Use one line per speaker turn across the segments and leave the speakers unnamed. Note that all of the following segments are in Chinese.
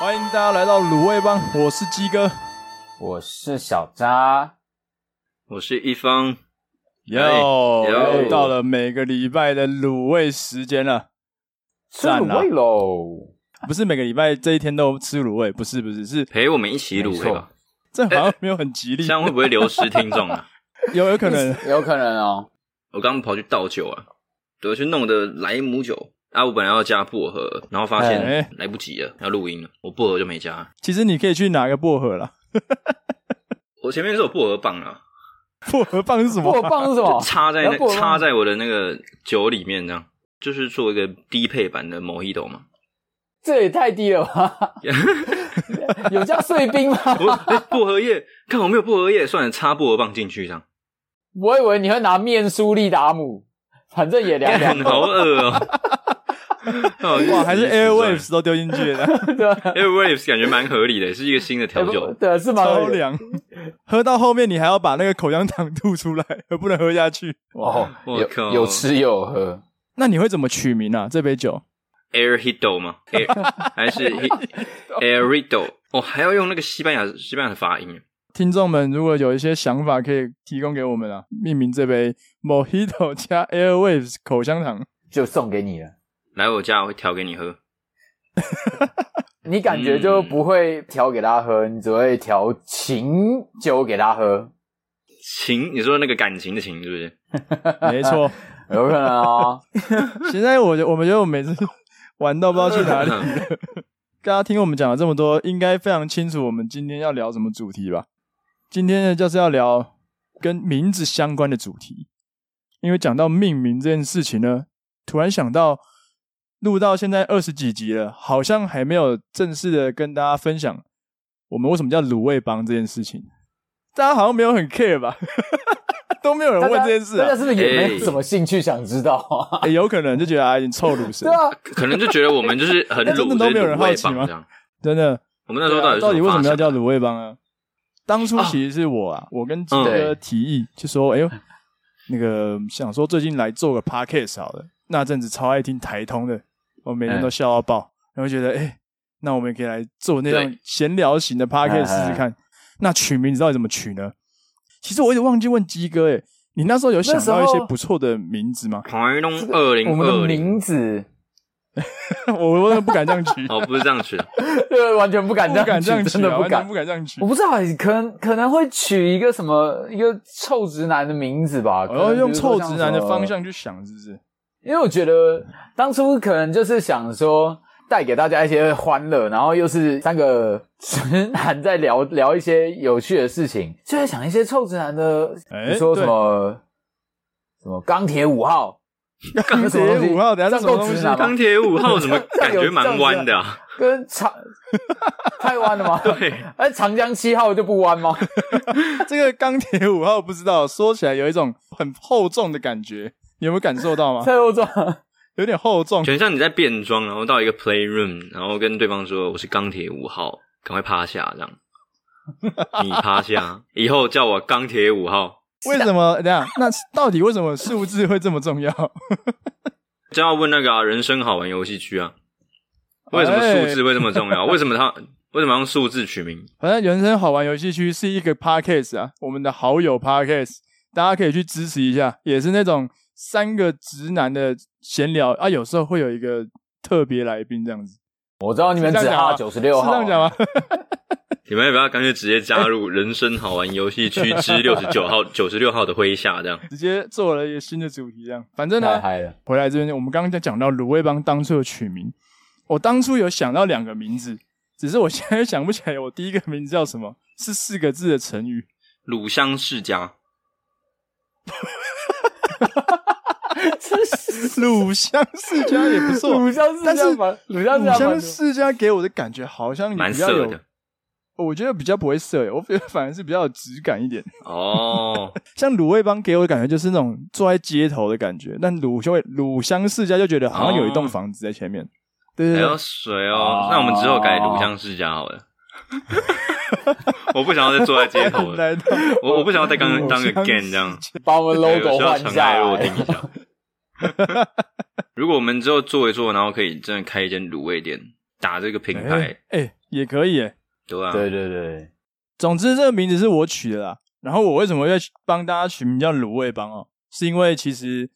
欢迎大家来到卤味帮，我是鸡哥。
我是小扎，
我是一方，
哟，
Yo
又到了每个礼拜的卤味时间了，
吃
赞啊
卤味喽！
不是每个礼拜这一天都吃卤味，不是不是，是
陪我们一起
没
卤味
错
吧，
这好像没有很吉利
这，样会不会流失听众啊？
有有可能
有可 能哦，
我刚跑去倒酒啊，对，去弄的莱姆酒啊，我本来要加薄荷，然后发
哎
现来不及了，要录音了，我薄荷就没加。
其实你可以去拿个薄荷 啦。
我前面是有薄荷棒啊，
薄荷棒是什么
薄
啊？
荷棒是什 么？
插在
那哦薄荷
那
棒
插在我的那个酒里面，这样就是做一个低配版的 Mojito 嘛。
这也太低了 吧！有加碎冰吗？
我、哎薄荷叶， 看我没有薄荷叶，算了，插薄荷棒进去这样，
我以为你会拿面苏利达姆，反正也凉 凉
干好恶哦、
哇，还是
Airwaves，Airwaves
Airwaves 都丢进去了，
的。
感觉蛮合理的，是一个新的调酒。
对，啊是吗？
超凉。喝到后面你还要把那个口香糖吐出来， 而不能喝下去。
哦，
我靠
有有吃有喝，
那你会怎么取名啊？这杯酒
Air Hito 吗？Air 还是 Air Hito？哦，还要用那个西班牙西班牙的发音。
听众们如果有一些想法，可以提供给我们啊。命名这杯 Mojito 加 Airwaves 口香糖，
就送给你了。
来我家我会调给你喝，
你感觉就不会调给他喝，你只会调琴酒给他喝，
情，你说那个感情的情是不是？
没错。
有可能 哦。
现在我觉我们觉得我每次玩到不知道去哪里了。
嗯
大家听我们讲了这么多，应该非常清楚我们今天要聊什么主题吧？今天呢，就是要聊跟名字相关的主题，因为讲到命名这件事情呢，突然想到录到现在二十几集了，好像还没有正式的跟大家分享我们为什么叫卤味帮这件事情。大家好像没有很 care 吧？ 都没有人
大
问
家
这件事
大
啊
家？是不是也没
哎
什么兴趣想知道 啊？
欸有可能就觉得啊，你臭卤神
对，啊，
可能就觉得我们就是很
但真的都
卤，所以
没有人
卤
好
味
奇吗
棒这样。
真的。
我们那时候到底是
啊到底为什么要叫
发
卤味帮啊？当初其实是我啊，我跟鸡哥
对
提议，就说：“哎呦，那个想说最近来做个 podcast 好了。”那阵子超爱听台通的，我每天都笑到爆，然后觉得：“哎，那我们也可以来做那种
对
闲聊型的 podcast 试试看。”那取名字到底怎么取呢？其实我一直忘记问鸡哥，哎，你那时候有想到一
那
些
时候
不错的名字 吗？
想？台东二
我
零
们的
二零，
名字，
我我不敢这样取，
哦，不是这样取的，
对，完全不敢
不
这样
敢这样
取，
取
真的
啊，
不
完全
敢
不。敢这样取
我。不知道，可能可能会取一个什么一个臭直男的名字吧，
我要哦用臭直男的方
向。
向去想，是不是？
因为我觉得当初可能就是想说带给大家一些欢乐，然后又是三个直男在聊聊一些有趣的事情，就在想一些臭直男的，
哎
你说什么什么钢铁五号，
钢
这什么
铁
东西
五号，等下是什么
这样够
东
直
西？
男吧
钢铁五号怎 么
这样
感
有
觉蛮弯的啊？
跟长太弯了 吗？
对，
哎，长江七号就不弯吗？
这个钢铁五号不知道，说起来有一种很厚重的感觉，你有没有感受到吗？
太后撞，
有点厚重。
全像你在变装，然后到一个 playroom，然后跟对方说我是钢铁五号，赶快趴下这样。你趴下，以后叫我钢铁五号。
为什么？等一下，那到底为什么数字会这么重要？
这要问那个、啊、人生好玩游戏区啊，为什么
哎
数字会这么重 要？为什么他为什么要用数字取名？
反正人生好玩游戏区是一个 podcast 啊，我们的好友 podcast，大家可以去支持一下，也是那种三个直男的闲聊啊，有时候会有一个特别来宾这样子，
我知道你们只哈九十六
是这
号
样，讲吗？啊
你们要不要干脆直接加入人生好玩游戏区 之六十九号、九十六号的麾下这样？
直接做了一个新的啊主题，这样，反正呢，
太哎嗨了，
回来这边，我们刚刚讲到卤味帮当初的取名，我当初有想到两个名字，只是我现在想不起来我第一个名字叫什么，是四个字的成语。
鲁香世家，
真是
卤香世家也不错，
乳香是
但
这
是
样吧？乳香
卤
是这样吧
香世家给我的感觉好像也
蛮
比较
色
有，
的
我觉得比较不会色耶，我觉得反而是比较有质感一点。
哦。
像卤味帮给我的感觉就是那种坐在街头的感觉，但卤香卤香世家就觉得好像有一栋
哦
房子在前面。对
还
对
有
对，
水 哦，那我们之后改卤香世家好了。 我不想要再坐在街头了，
哦 来到
我我不想要再当当个
卤香
gan 这样。
把 我们
对
logo
我需要
换
尘
下
埃落
来
定。一下。如果我们之后做一做，然后可以真的开一间卤味店，打这个品
哎
牌，
哎，也可以、欸。
对啊，
对对对，
总之，这个名字是我取的啦。然后我为什么会帮大家取名叫卤味帮哦？是因为其实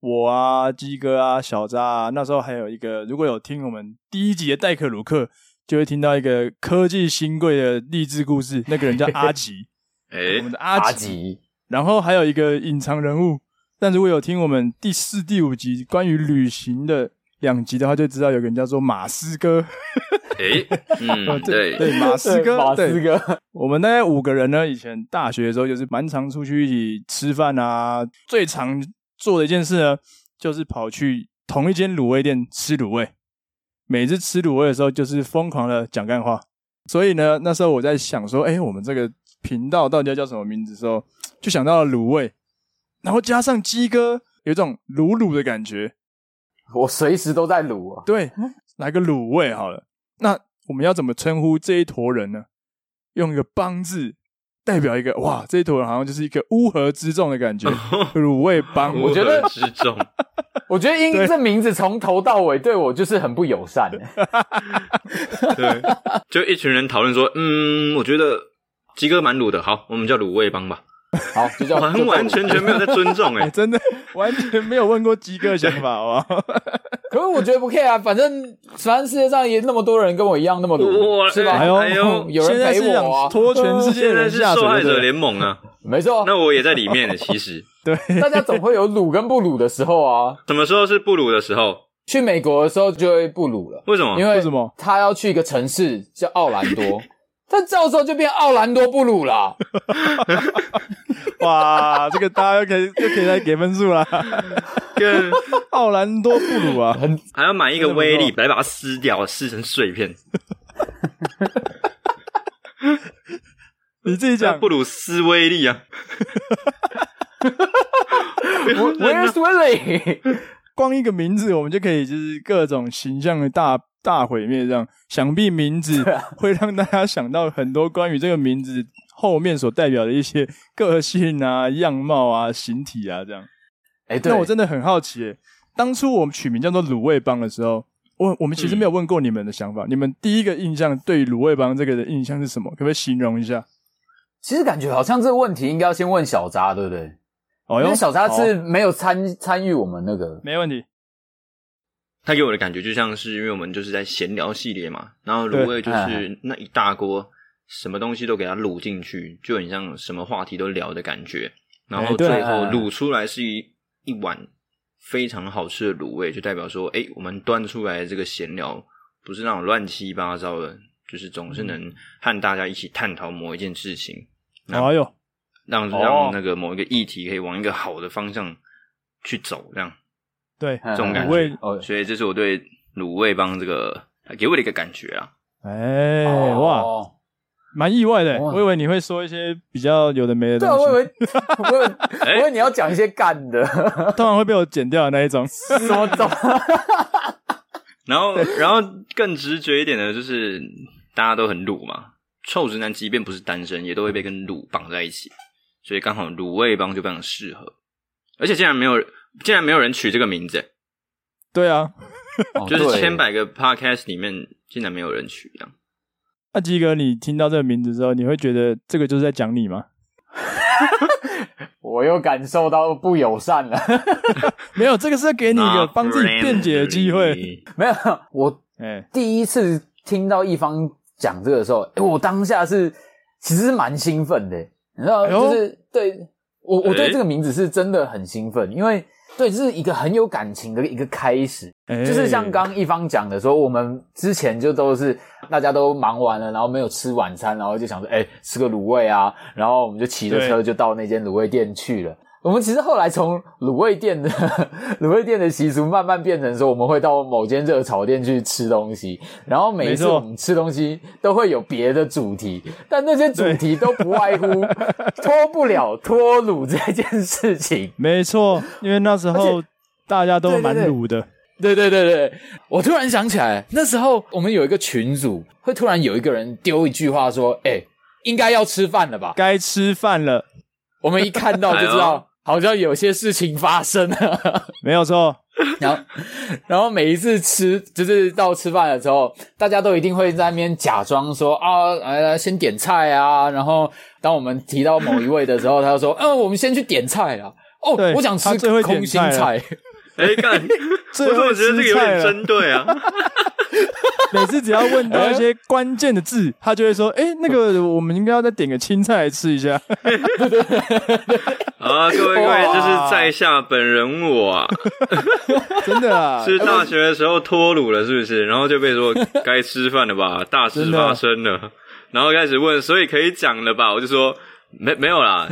我啊、鸡哥啊、小扎啊，那时候还有一个，如果有听我们第一集的戴克鲁克，就会听到一个科技新贵的励志故事，那个人叫阿 吉，我
哎
们的
阿
阿吉。
吉，
然后还有一个隐藏人物，但如果有听我们第四、第五集关于旅行的两集的话，就知道有个人叫做马斯哥。
哎，嗯，对，，
对，马斯
对
哥，
马
对
斯哥，
我们大概五个人呢，以前大学的时候就是蛮常出去一起吃饭啊。最常做的一件事呢，就是跑去同一间卤味店吃卤味。每次吃卤味的时候，就是疯狂的讲干话。所以呢，那时候我在想说，哎、我们这个频道到底要叫什么名字的时候，就想到了卤味，然后加上鸡哥，有一种卤卤的感觉。
我随时都在撸啊，
对，来个卤味好了。那我们要怎么称呼这一坨人呢？用一个“帮”字代表一个哇，这一坨人好像就是一个乌合之众的感觉 卤味帮。
乌
我觉得
合之 众，
我觉得英
对
这名字从头到尾对我就是很不友善，
对，就一群人讨论说，嗯，我觉得鸡哥蛮卤的，好，我们叫卤味帮吧，
好，就叫
完完全。
就叫
全没有在尊 重，
哎、
哎，
真的完全没有问过鸡哥的想法，好不好？
可是我觉得不 care 啊，反正反正世界上也那么多人跟我一样那么
哇
撸，是吧？
哎
呦
哎呦
有
现在
人
是
陪
想
我啊，
拖全世界 的
现在
人
是
下水，
受害者
对
联盟啊，
没错，
那我也在里面的，欸其实
对
大家总会有撸跟不撸的时候啊。
什么时候是不卤的时候？
去美国的时候就会不撸了，
啊为什么？
因
为
为
什么？
他要去一个城市叫奥兰多， 但到时候就变奥兰多布鲁啦。
哇，这个大家又可以又可以来给分数啦。
跟
奥兰多布鲁啊，
还要买一个威力来把它撕掉，撕成碎片。
你自己讲
布鲁斯威利啊
Where's Willie？
光一个名字，我们就可以就是各种形象的大大毁灭，这样想必名字
啊
会让大家想到很多关于这个名字后面所代表的一些个性啊、样貌啊、形体啊这样。
哎，对，
那我真的很好奇耶，当初我们取名叫做卤味帮的时候，我我们其实没有问过你们的想法，你们第一个印象对于卤味帮这个的印象是什么？可不可以形容一下？
其实感觉好像这个问题应该要先问小扎，对不对？
哦
因为小扎
好
是没有参参与我们那个，
没问题，
他给我的感觉就像是，因为我们就是在闲聊系列嘛，然后卤味就
对哎
是那一大锅，什么东西都给它卤进去，就很像什么话题都聊的感觉。然
哎
后
对
最后
哎
卤出来是一一碗非常好吃的卤味，就代表说，哎、我们端出来的这个闲聊不是那种乱七八糟的，就是总是
嗯
能和大家一起探讨某一件事情，那
哎呦，
让
哦
让那个某一个议题可以往一个好的方向去走，这样。
对，
这
种感
卤
觉
味，
哦，
所以这是我对卤味帮这个给我的一个感觉啊。
哎、
哦
哇，，蛮意外的，
哇
我以为你会说一些比较有的没的
对
东
啊，
西，
我以为我以为我以为你要讲一些干的，
通常会被我剪掉的那一种。
什么东
然后，然后更直觉一点的就是，大家都很卤嘛，臭直男即便不是单身，也都会被跟卤绑在一起，所以刚好卤味帮就非常适合。而且竟然没有，竟然没有人取这个名字，
对啊，
哦
就是
对
千百个 podcast 里面竟然没有人取这样。
那鸡哥，你听到这个名字之后，你会觉得这个就是在讲你吗？
我又感受到不友善了。
没有，这个是哎给你一个帮自己辩解的机会。
没有，我
哎，
第一次听到一方讲这个的时候，诶我当下是其实是蛮兴奋的，你知道，
哎呦
就是对我我对
诶
这个名字是真的很兴奋，因为对，这、是一个很有感情的一个开始。
哎
就是像刚一方讲的说，我们之前就都是大家都忙完了，然后没有吃晚餐，然后就想说，哎、吃个卤味啊，然后我们就骑着车
对
就到那间卤味店去了。我们其实后来从卤味店的 卤味店的习俗，慢慢变成说，我们会到某间热炒店去吃东西，然后每一次
没错
我们吃东西都会有别的主题，但那些主题都不外 乎脱不了脱卤这件事情。
没错，因为那时候大家都蛮
对对对
鲁的。
对对对对，我突然想起来，那时候我们有一个群组，会突然有一个人丢一句话说：“哎、应该要吃饭了吧
该吃饭了，？”哎
我们一看到就知道，好像有些事情发生了。
没有 错，
然后，然后每一次吃，就是到吃饭的时候，大家都一定会在那边假装说啊，来来，先点菜啊。然后，当我们提到某一位的时候，他就说：“嗯、我们先去点菜啦。”哦
对，
我想吃
他最会点
空心
菜了
菜。
哎、干，我
最
怎么
会
觉得这个
吃
有
菜
点
了。
针对啊？
每次只要问到一些关键的字，他就会说：“哎，那个我们应该要再点个青菜来吃一下。
好 啊，各位各位，
哇
就是在下本人 我啊，”
真的啊，
是大学的时候脱乳了，是不是？然后就被说该吃饭了吧， 大事
真的
发生了，然后开始问，所以可以讲了吧？我就说。没没 有啦，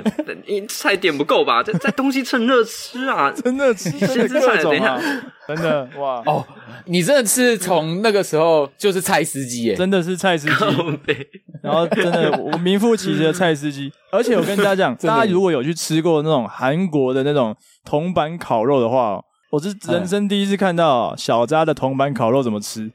你菜点不够吧？这这东西趁热吃 啊！
真的吃真的各种啊，真的哇，
哦，你真的是从那个时候就是菜司机耶？
真的是菜司机。
靠背
然后真的，我名副其实的菜司机。而且我跟大家讲，
真的
大家如果有去吃过那种韩国的那种铜板烤肉的话、哦，我是人生第一次看到、小扎的铜板烤肉怎么吃，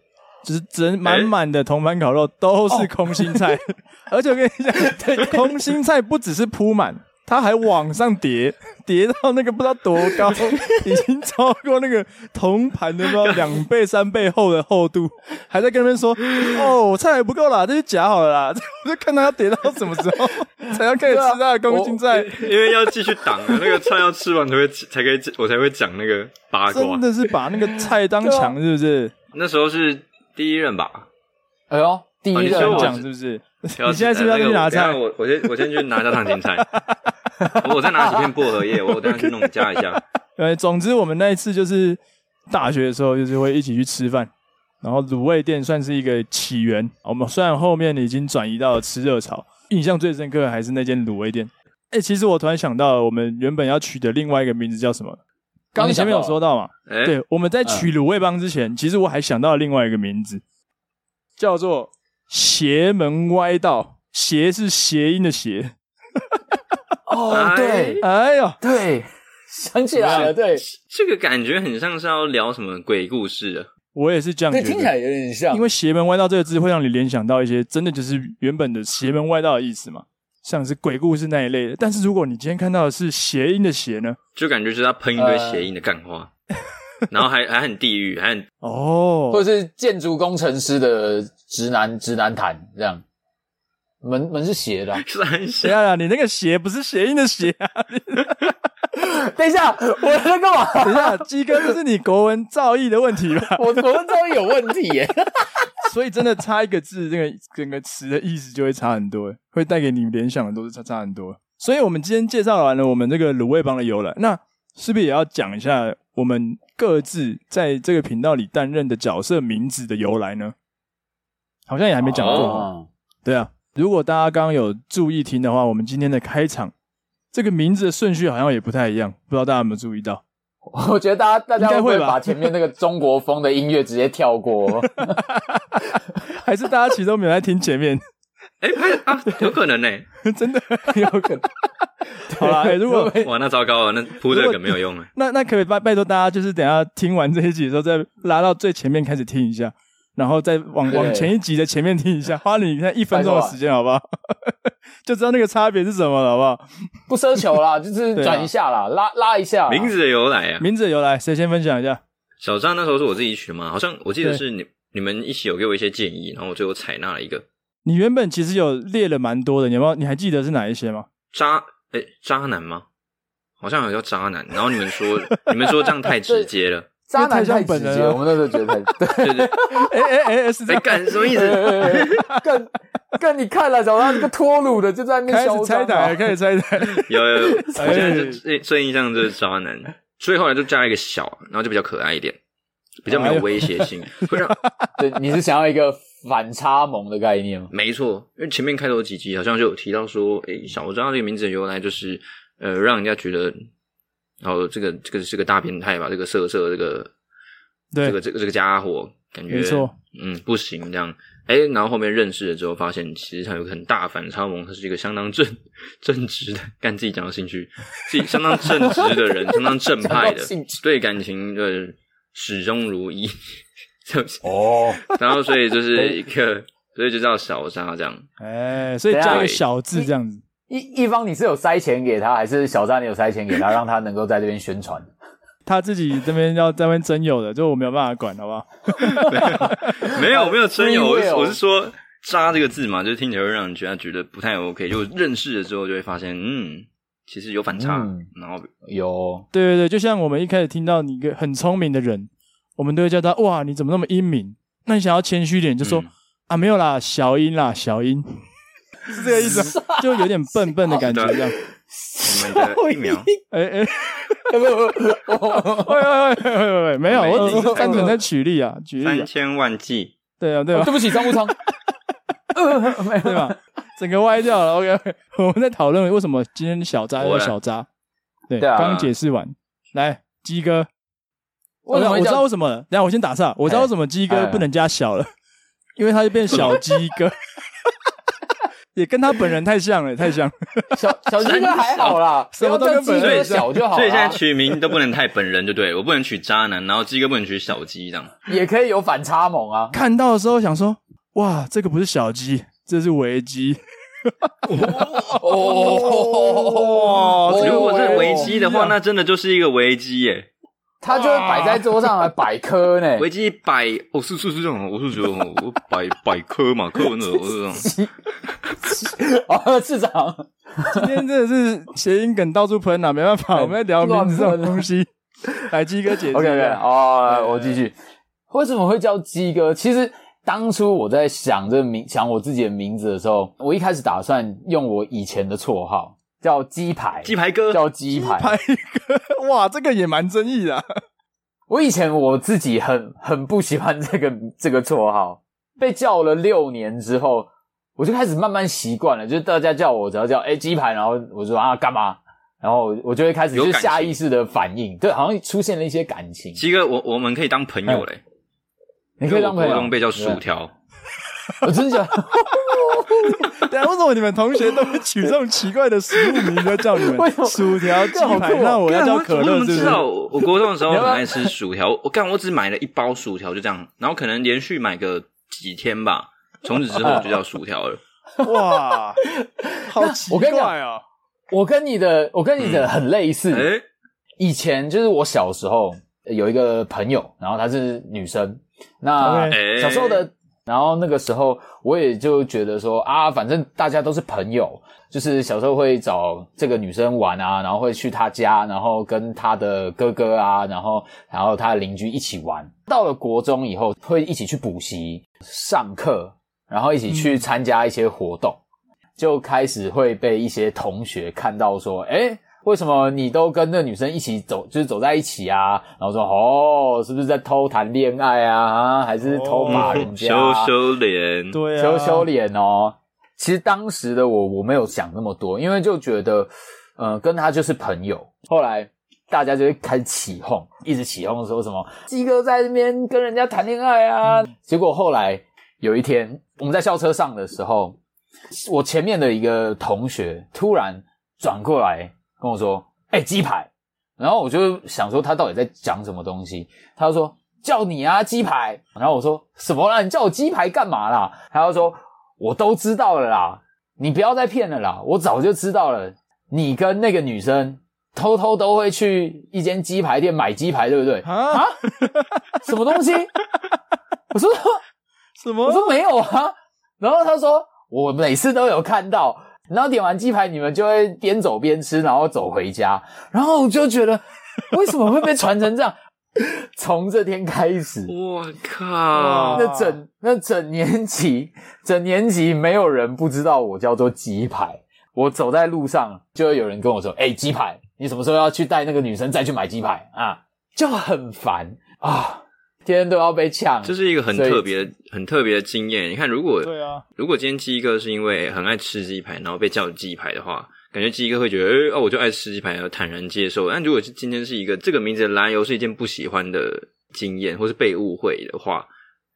就是
欸
整满满的铜板烤肉都是空心菜，
哦
而且我跟你 讲，空心菜不只是铺满。它还往上叠，叠到那个不知道多 高，已经超过那个铜盘的不知道两倍三倍厚的厚度，还在跟人说：“哦，菜还不够啦，这就夹好了啦。” 我就看他要叠到什么时候 才要开始吃他的空心菜，
因为要继续挡啊，那个菜要吃完才会才可以，我才会讲那个
啊
八卦
真。的是把那个菜当墙，是不是？
那时候是第一任吧？
哎呦，第一
哦你
任
说
当
我
墙
啊
是不是？
要
你现在是不是要
呃那个
去拿
我等一下
菜？
我我先我先去拿一下 烫青菜，我我再拿几片薄荷叶，我等一下去弄加一下。
呃，总之我们那一次就是大学的时候，就是会一起去吃饭，然后卤味店算是一个起源。我们虽然后面已经转移到了吃热炒，印象最深刻的还是那间卤味店。哎、其实我突然想到，我们原本要取的另外一个名字叫什么？刚刚前面有说到嘛，
哎、
对，我们在取卤味帮之前，其实我还想到了另外一个名字，叫做邪门歪道。邪是谐音的邪。
哦，对
哎呦，
对，想起来了，对
这个感觉很像是要聊什么鬼故事啊。
我也是这样觉
对，
得。
听起来有点像，
因为邪门歪道这个字会让你联想到一些真的就是原本的邪门歪道的意思嘛，像是鬼故事那一类的。但是如果你今天看到的是谐音的邪呢？
就感觉就是他喷一堆谐音的干 话，然后还还很地狱，还很
哦，
或者是建筑工程师的直男直男谈这样，门门是斜的啊、
三
等一
下。
下啦，你那个邪不是谐音的邪啊！
等一下，我在干嘛？
等一下，鸡哥，这是你国文造诣的问题吧？
我我们这有问题耶！
所以真的差一个字，这个整个词的意思就会差很多，会带给你联想的都是差差很多。所以我们今天介绍完了我们这个卤味帮的由来，那是不是也要讲一下我们各自在这个频道里担任的角色名字的由来呢？好像也还没讲过。
哦，
对啊，如果大家刚刚有注意听的话，我们今天的开场这个名字的顺序好像也不太一样，不知道大家有没有注意到？
我觉得大家大家
应该
会不
会
会
吧
把前面那个中国风的音乐直接跳过？
还是大家其实都没有在听前面？
哎、还啊，有可能呢、
真的有可能。好啦，欸如果
哇，那糟糕啊了，那铺这个没有用啊了。
那那可不可以拜拜托大家，就是等一下听完这一集的时候，再拉到最前面开始听一下，然后再往
对
往前一集的前面听一下，花你看一分钟的时间，好不好？ 就知道那个差别是什么了，好不好？
不奢求啦，就是
对啊
转一下啦，拉拉一下啦。
名字的由来啊，
名字的由来，谁先分享一下？
小张那时候是我自己取的嘛，好像我记得
对
是你你们一起有给我一些建议，然后我最后采纳了一个
你原本其实有列了蛮多的，你有没有？你还记得是哪一些吗？
渣哎、渣男吗？好像有叫渣男，然后你 们说你们说这样太直接了，
渣男
太像
太
本
直
人
接，
了
我们那时候觉得太对。
对对，
哎哎哎哎，是这
哎、
样，
干什么意思？
更更你看了，找到这个脱乳的就在那边
开
嚣
始拆
张
台，
啊，
开始拆台。
有有，有，我
哎
现在是最最印象就是渣男，所以后来就加一个小，然后就比较可爱一点，比较没有威胁性，会让
对，你是想要一个反差萌的概念吗？
没错，因为前面开头几集好像就有提到说，诶、小渣这个名字的由来就是呃，让人家觉得哦，这个这个是个大变态吧，这个色色，这个这
对
个，这个这个家伙，感觉
没错，
嗯，不行这样。诶，然后后面认识了之后，发现其实他有个很大的反差萌，他是一个相当正 正直的，干自己讲到兴趣，自己相当正直的 人，相当正派的
讲到兴趣，
对感情的始终如一， 就是
哦，
然后所以就是一个，所以就叫小沙这样。
哎，所以
等一下
加一个小字这样子。
一一方你是有塞钱给他，还是小扎你有塞钱给他，让他能够在这边宣传？
他自己这边要在那边真有的，就我没有办法管，好不好？
没有没有真有，我是
Free will
我是说“渣”这个字嘛，就是听起来会让人觉得觉得不太 OK。就认识了之后，就会发现，嗯，其实有反差。
嗯
然后
有，
对对对，就像我们一开始听到你一个很聪明的人，我们都会叫他哇，你怎么那么英明？那你想要谦虚一点，就说、
嗯
啊没有啦，小英啦，小 英，是这个意 思吗，就有点笨笨的感觉，
对
这样。
我们的疫 苗
哎哎
不不不，我
喂喂喂喂喂，没有，
没
我只是
没
单纯在举例啊，举例
三
啊，
千万计，
对 啊对吧
对不起，商务舱。呃 没
对
有，
吧？整个歪掉了。OK，我 们在讨论为什么今天小渣叫
我来
小渣，对，
对啊
刚解释完，来鸡哥，
为什么
哦我
会
知道
叫
为什么了。等一下我先打岔，我知道为什么鸡
哎
哥不能加小了，因为他就变小鸡哥， 也跟他本人太像 了，太像了。
小小鸡哥还好啦，
什么
不
都
要叫
跟
鸡
本
哥
人
小就好啊
所以现在
啦，
取名都不能太本人，就对了我不能取渣男，然后鸡哥不能取小鸡这样。
也可以有反差萌啊。
看到的时候想说，哇，这个不是小鸡，这是维基。
哦
哦
如果是
危
危
机
机的
啊
话，那真的就是一个危机耶，
他就会摆在桌上来百科呢。
危机百哦是是是这种，我是觉得哦我 百百科嘛，课文的我是这种。
哦，市长，
今天真的是谐音梗到处喷啊，没办法，我们在聊名字这
哎
种
乱喷啊
东西。来，鸡哥解释一
OK OK，
下。
哦，来
对
我继续。为什么会叫鸡哥？其实当初我在想这个名，想我自己的名字的时候，我一开始打算用我以前的绰号叫鸡排，
鸡排哥，
叫 鸡排。
拍一个，哇，这个也蛮争议的啊、
我以前我自己很很不喜欢这个 这个绰号，被叫了六年之后，我就开始慢慢习惯了，就是大家叫我只要叫哎鸡排，然后我说啊干嘛，然后我就会开始
有
就
感
是
情
下意识的反应，对，好像出现了一些感情。
鸡哥，我我们可以当朋友嘞。
哎你可以当朋
因
友
为我
啊
国中被叫
对
薯条，
我真的假的？
等一啊下为什么你们同学都会取这种奇怪的食物名字叫你
为
们？
什么
薯条、鸡
这好酷
排
哦，
那我要叫可乐，
干
是不
我怎么知
是？
道，我我国中的时 候
你要
很
不要
爱吃薯条，我干，我只买了一包薯条，就这样，然后可能连续买个几天吧，从此之后我就叫薯条 了。
啊
哇，好奇
我跟你
怪
讲
哦！
我跟你的，我跟你的很类似。
嗯
哎，
以前就是我小时候呃有一个朋友，然后她是女生，那
OK
小时候的，然后那个时候我也就觉得说啊，反正大家都是朋友，就是小时候会找这个女生玩啊，然后会去她家，然后跟她的哥哥啊，然后然后她的邻居一起玩。到了国中以后，会一起去补习、上课，然后一起去参加一些活动。就开始会被一些同学看到说，诶，为什么你都跟那女生一起走，就是走在一起啊？然后说，哦，是不是在偷谈恋爱啊？啊还是偷骂人家、
哦羞
啊
羞脸，
嗯对啊，
羞羞脸哦。其实当时的我，我没有想那么多，因为就觉得，呃，跟他就是朋友。后来大家就会开始起哄，一直起哄说什么鸡哥在那边跟人家谈恋爱啊。
嗯
结果后来有一天，我们在校车上的时候，我前面的一个同学突然转过来跟我说：“哎、鸡排。”然后我就想说他到底在讲什么东西，他就说叫你啊鸡排，然后我说什么啦？你叫我鸡排干嘛啦？他就说我都知道了啦，你不要再骗了啦，我早就知道了，你跟那个女生偷偷都会去一间鸡排店买鸡排，对不对？
啊，
什么东西？我说
什
我
么？
说没有啊，然后他说我每次都有看到，然后点完鸡排你们就会边走边吃，然后走回家，然后我就觉得为什么会被传成这样？ 从这天开始，
我
哇
靠！
那整那整年级整年级没有人不知道我叫做鸡排。我走在路上就会有人跟我说：“哎、鸡排，你什么时候要去带那个女生再去买鸡排啊？”就很烦啊，天天都要被呛。
这是一个很
所以
特别的、很特别的经验。你看，如果
对啊，
如果今天鸡哥是因为很爱吃鸡排，然后被叫鸡排的话，感觉鸡哥会觉得，诶哦，我就爱吃鸡排，然后坦然接受。但如果是今天是一个这个名字的来由是一件不喜欢的经验，或是被误会的话，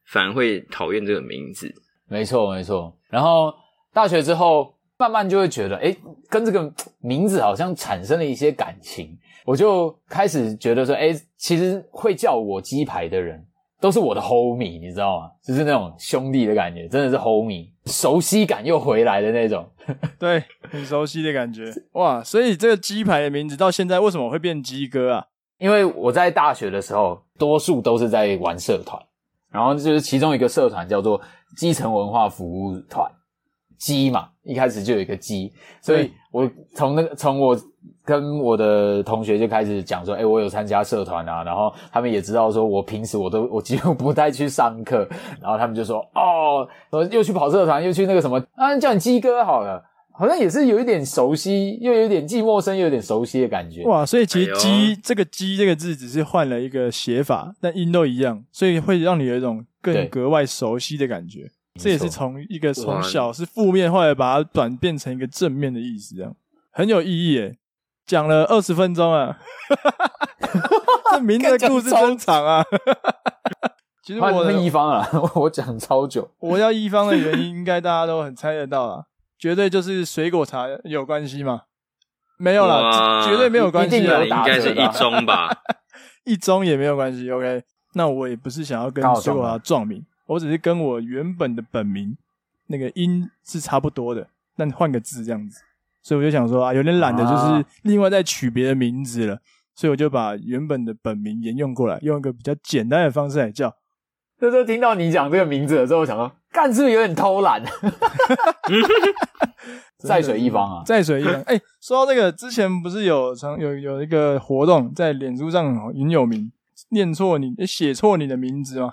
反而会讨厌这个名字。
没错，没错。然后大学之后，慢慢就会觉得，哎，跟这个嘖名字好像产生了一些感情。我就开始觉得说，哎，其实会叫我鸡排的人，都是我的 homie，你知道吗？就是那种兄弟的感觉，真的是 homie，熟悉感又回来的那种。
对，很熟悉的感觉。哇，所以这个鸡排的名字到现在为什么会变鸡哥啊？
因为我在大学的时候，多数都是在玩社团，然后就是其中一个社团叫做基层文化服务团，鸡嘛，一开始就有一个鸡，所以
对
我从那个从我跟我的同学就开始讲说，哎、我有参加社团啊，然后他们也知道说我平时我都我几乎不太去上课，然后他们就说，哦，我又去跑社团，又去那个什么，啊，叫你鸡哥好了。好像也是有一点熟悉，又有点既陌生，又有点熟悉的感觉。
哇，所以其实
哎呦
鸡、这个鸡这个字只是换了一个写法，但音都一样，所以会让你有一种
对
更格外熟悉的感觉。这也是从一个
哇
从小是负面，后来把它转变成一个正面的意思，这样很有意义诶。讲了二十分钟啊， 这名字的故事真长 啊。其实
换
我
换
的
一方啊， 我讲超久。
我要一方的原因，应该大家都很猜得到啦，绝对就是水果茶有关系嘛？没有啦，
哇
绝绝对没有关系啊
一定
啦，
有
应该是一中吧？
一中也没有关系。OK，那我也不是想要跟
刚好
水
撞
果茶
到
撞名，我只是跟我原本的本名那个音是差不多的，但换个字这样子，所以我就想说啊，有点懒得，就是
啊
另外再取别的名字了，所以我就把原本的本名沿用过来，用一个比较简单的方式来叫。
那时候听到你讲这个名字的时候，我想说，干是不是有点偷懒？ 在水一方啊，
在水 一方。哎、说到这个，之前不是有常有有一个活动在脸书上很有名，念错你写错你的名字吗？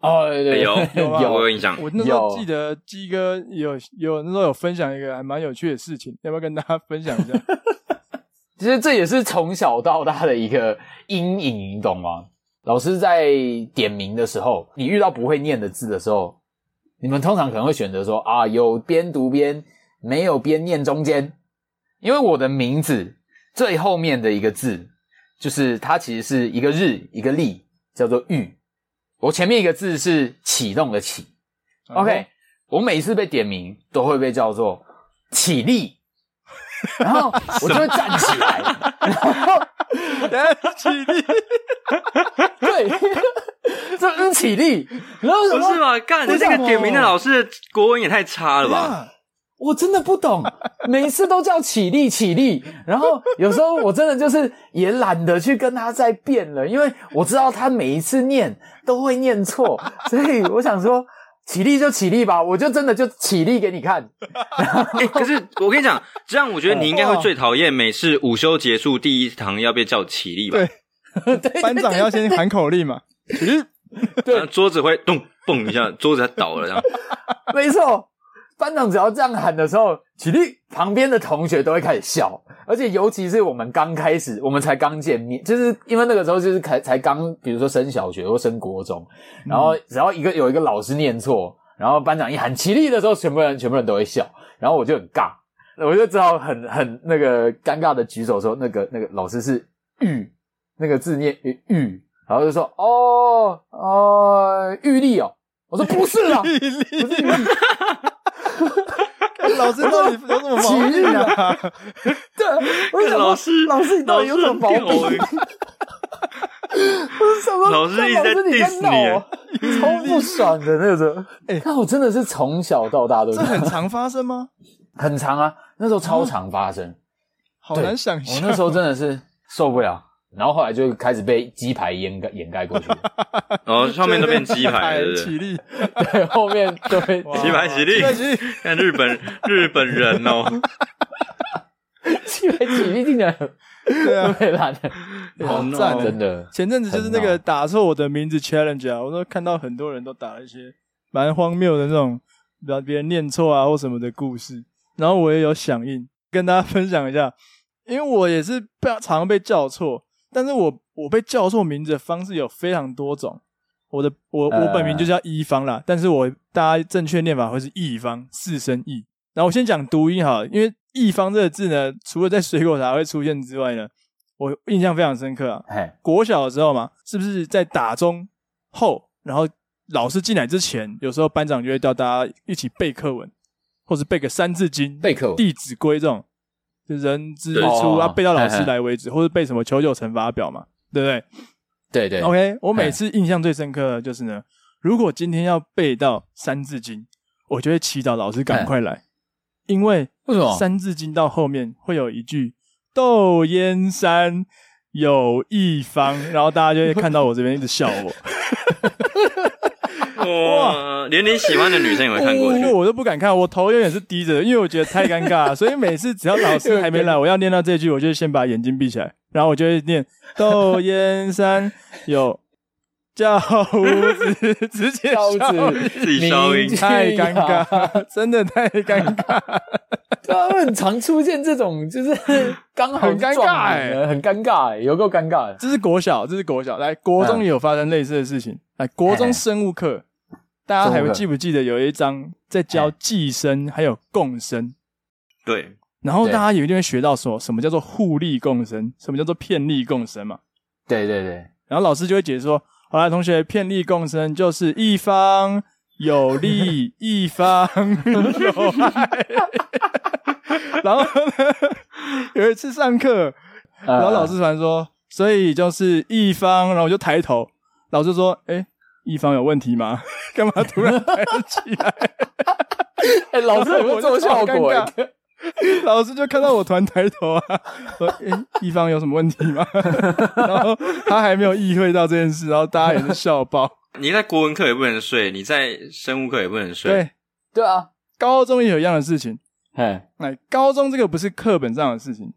哦，对对，
有
对
哎有啊
我哎有印象，
我那时候
有
记得鸡哥有有那时候有分享一个还蛮有趣的事情，要不要跟大家分享一 下？
其实这也是从小到大的一个阴影，你懂吗？老师在点名的时候，你遇到不会念的字的时候，你们通常可能会选择说啊，有边读边，没有边念中间。因为我的名字最后面的一个字，就是它其实是一个日一个立，叫做玉。我前面一个字是启动的启，OK，我
嗯
每一次被点名都会被叫做起立，然后我就会站起来，然后
然后，起 立，
对，这是起立，然后我
不
想
是
说
吧？干，这个点名的老师的国文也太差 了吧？
我真的不懂，每一次都叫起立起立，然后有时候我真的就是也懒得去跟他再辩了，因为我知道他每一次念都会 念错，所以我想说起立就起立吧，我就真的就起立给你看，
哎、可是我跟你讲，这样我觉得你应该会最讨厌每次午休结束第一堂要被叫起立吧？
对班长要先喊口令嘛。起立
然后桌子会动蹦一下，桌子它倒了这样。
没错，班长只要这样喊的时候，起立，旁边的同学都会开始笑，而且尤其是我们刚开始，我们才刚见面，就是因为那个时候就是才才刚，比如说升小学或升国中，然后只要一个有一个老师念错，然后班长一喊起立的时候，全部人全部人都会笑，然后我就很尬，我就只好很很那个尴尬的举手说，那个那个老师是玉，那个字念玉玉，然后就说哦哦玉立哦，我说不是啊。
起立， 看老师到底有什么毛病啊？
对，我就想说
老师
老师你到底有什么毛病？
老
我
师很屌欸
就想说，
老师
干
一直在
老师你在
diss
闹
你
啊，超不爽的那种。
哎
哎，看我真的是从小到大都
这很常发生吗？
很长啊，那时候超常发生。
好
对
难想
我
象。
那时候真的是受不了，然后后来就开始被鸡排掩盖掩盖过去了，
然后哦上面都变鸡 排，对不对？
起立，
对，后面就被
哇
鸡排起立
鸡排起立。
看日本日本人哦，
鸡排起立竟然
对啊
都被烂了，
好赞哦
真的。
前阵子就是那个打错我的名字 challenge 啊，我都看到很多人都打了一些蛮荒谬的那种，让别人念错啊或什么的故事，然后我也有响应，跟大家分享一下，因为我也是被常被叫错，但是我我被叫错名字的方式有非常多种，我的我我
呃
本名就叫一方啦，但是我大家正确念法会是一方四声一，然后我先讲读音好了，因为一方这个字呢，除了在水果茶会出现之外呢，我印象非常深刻啊，
哎，
国小的时候嘛，是不是在打钟后，然后老师进来之前，有时候班长就会叫大家一起背课文，或者背个《三字经》、
贝克
《弟子规》这种，就人之
对
初
哦
啊，背到老
嘿
师
嘿
来为止，或者背什么“九九乘法表”嘛，对不对？
对对
OK，我每
嘿
次印象最深刻的就是呢，如果今天要背到《三字经》，我就会祈祷老师赶快来，因为
为什么
《三字经》到后面会有一句“窦燕山有一方”，然后大家就会看到我这边一直笑 我，
哇，连你喜欢的女生也会看过去
因为。我都不敢看，我头永远是低着的，因为我觉得太尴尬了，所以每次只要老师还没来，我要念到这句，我就先把眼睛闭起来，然后我就会念“窦燕山有教无子”，直接
刀
笑
子
自己消音
你
太尴尬，真的太尴尬。
对啊，很常出现这 种，就是刚好
很尴尬
撞你的
欸
很尴尬、欸，有够尴尬的。
这是国小，这是国小，来国中也有发生类似的事情。来国中生物课，大家还会记不记得有一章在教寄生还有共生？
对，
然后
对
大家有一定会学到说什么叫做互利共生，什么叫做骗利共生嘛。
对对对，
然后老师就会解说：好啦，同学，骗利共生就是一方有利，一方 有害。 然后呢， 有一次上课，
然
然后老师突然说，所以就是一方，然后我就抬头，老师说，哎、一方有问题吗？ 干嘛突然抬起来？
哎、老师有没有这种效果、
我就超
欸？
老师就看到我突然抬头啊，说，哎、一方有什么问题吗？ 然后他还没有意会到这件事，然后大家也是笑爆。
你在国文课也不能睡，你在生物课也不能睡。
对，
对啊，
高中也有一样的事情。
嘿，
哎，高中这个不是课本上的事情，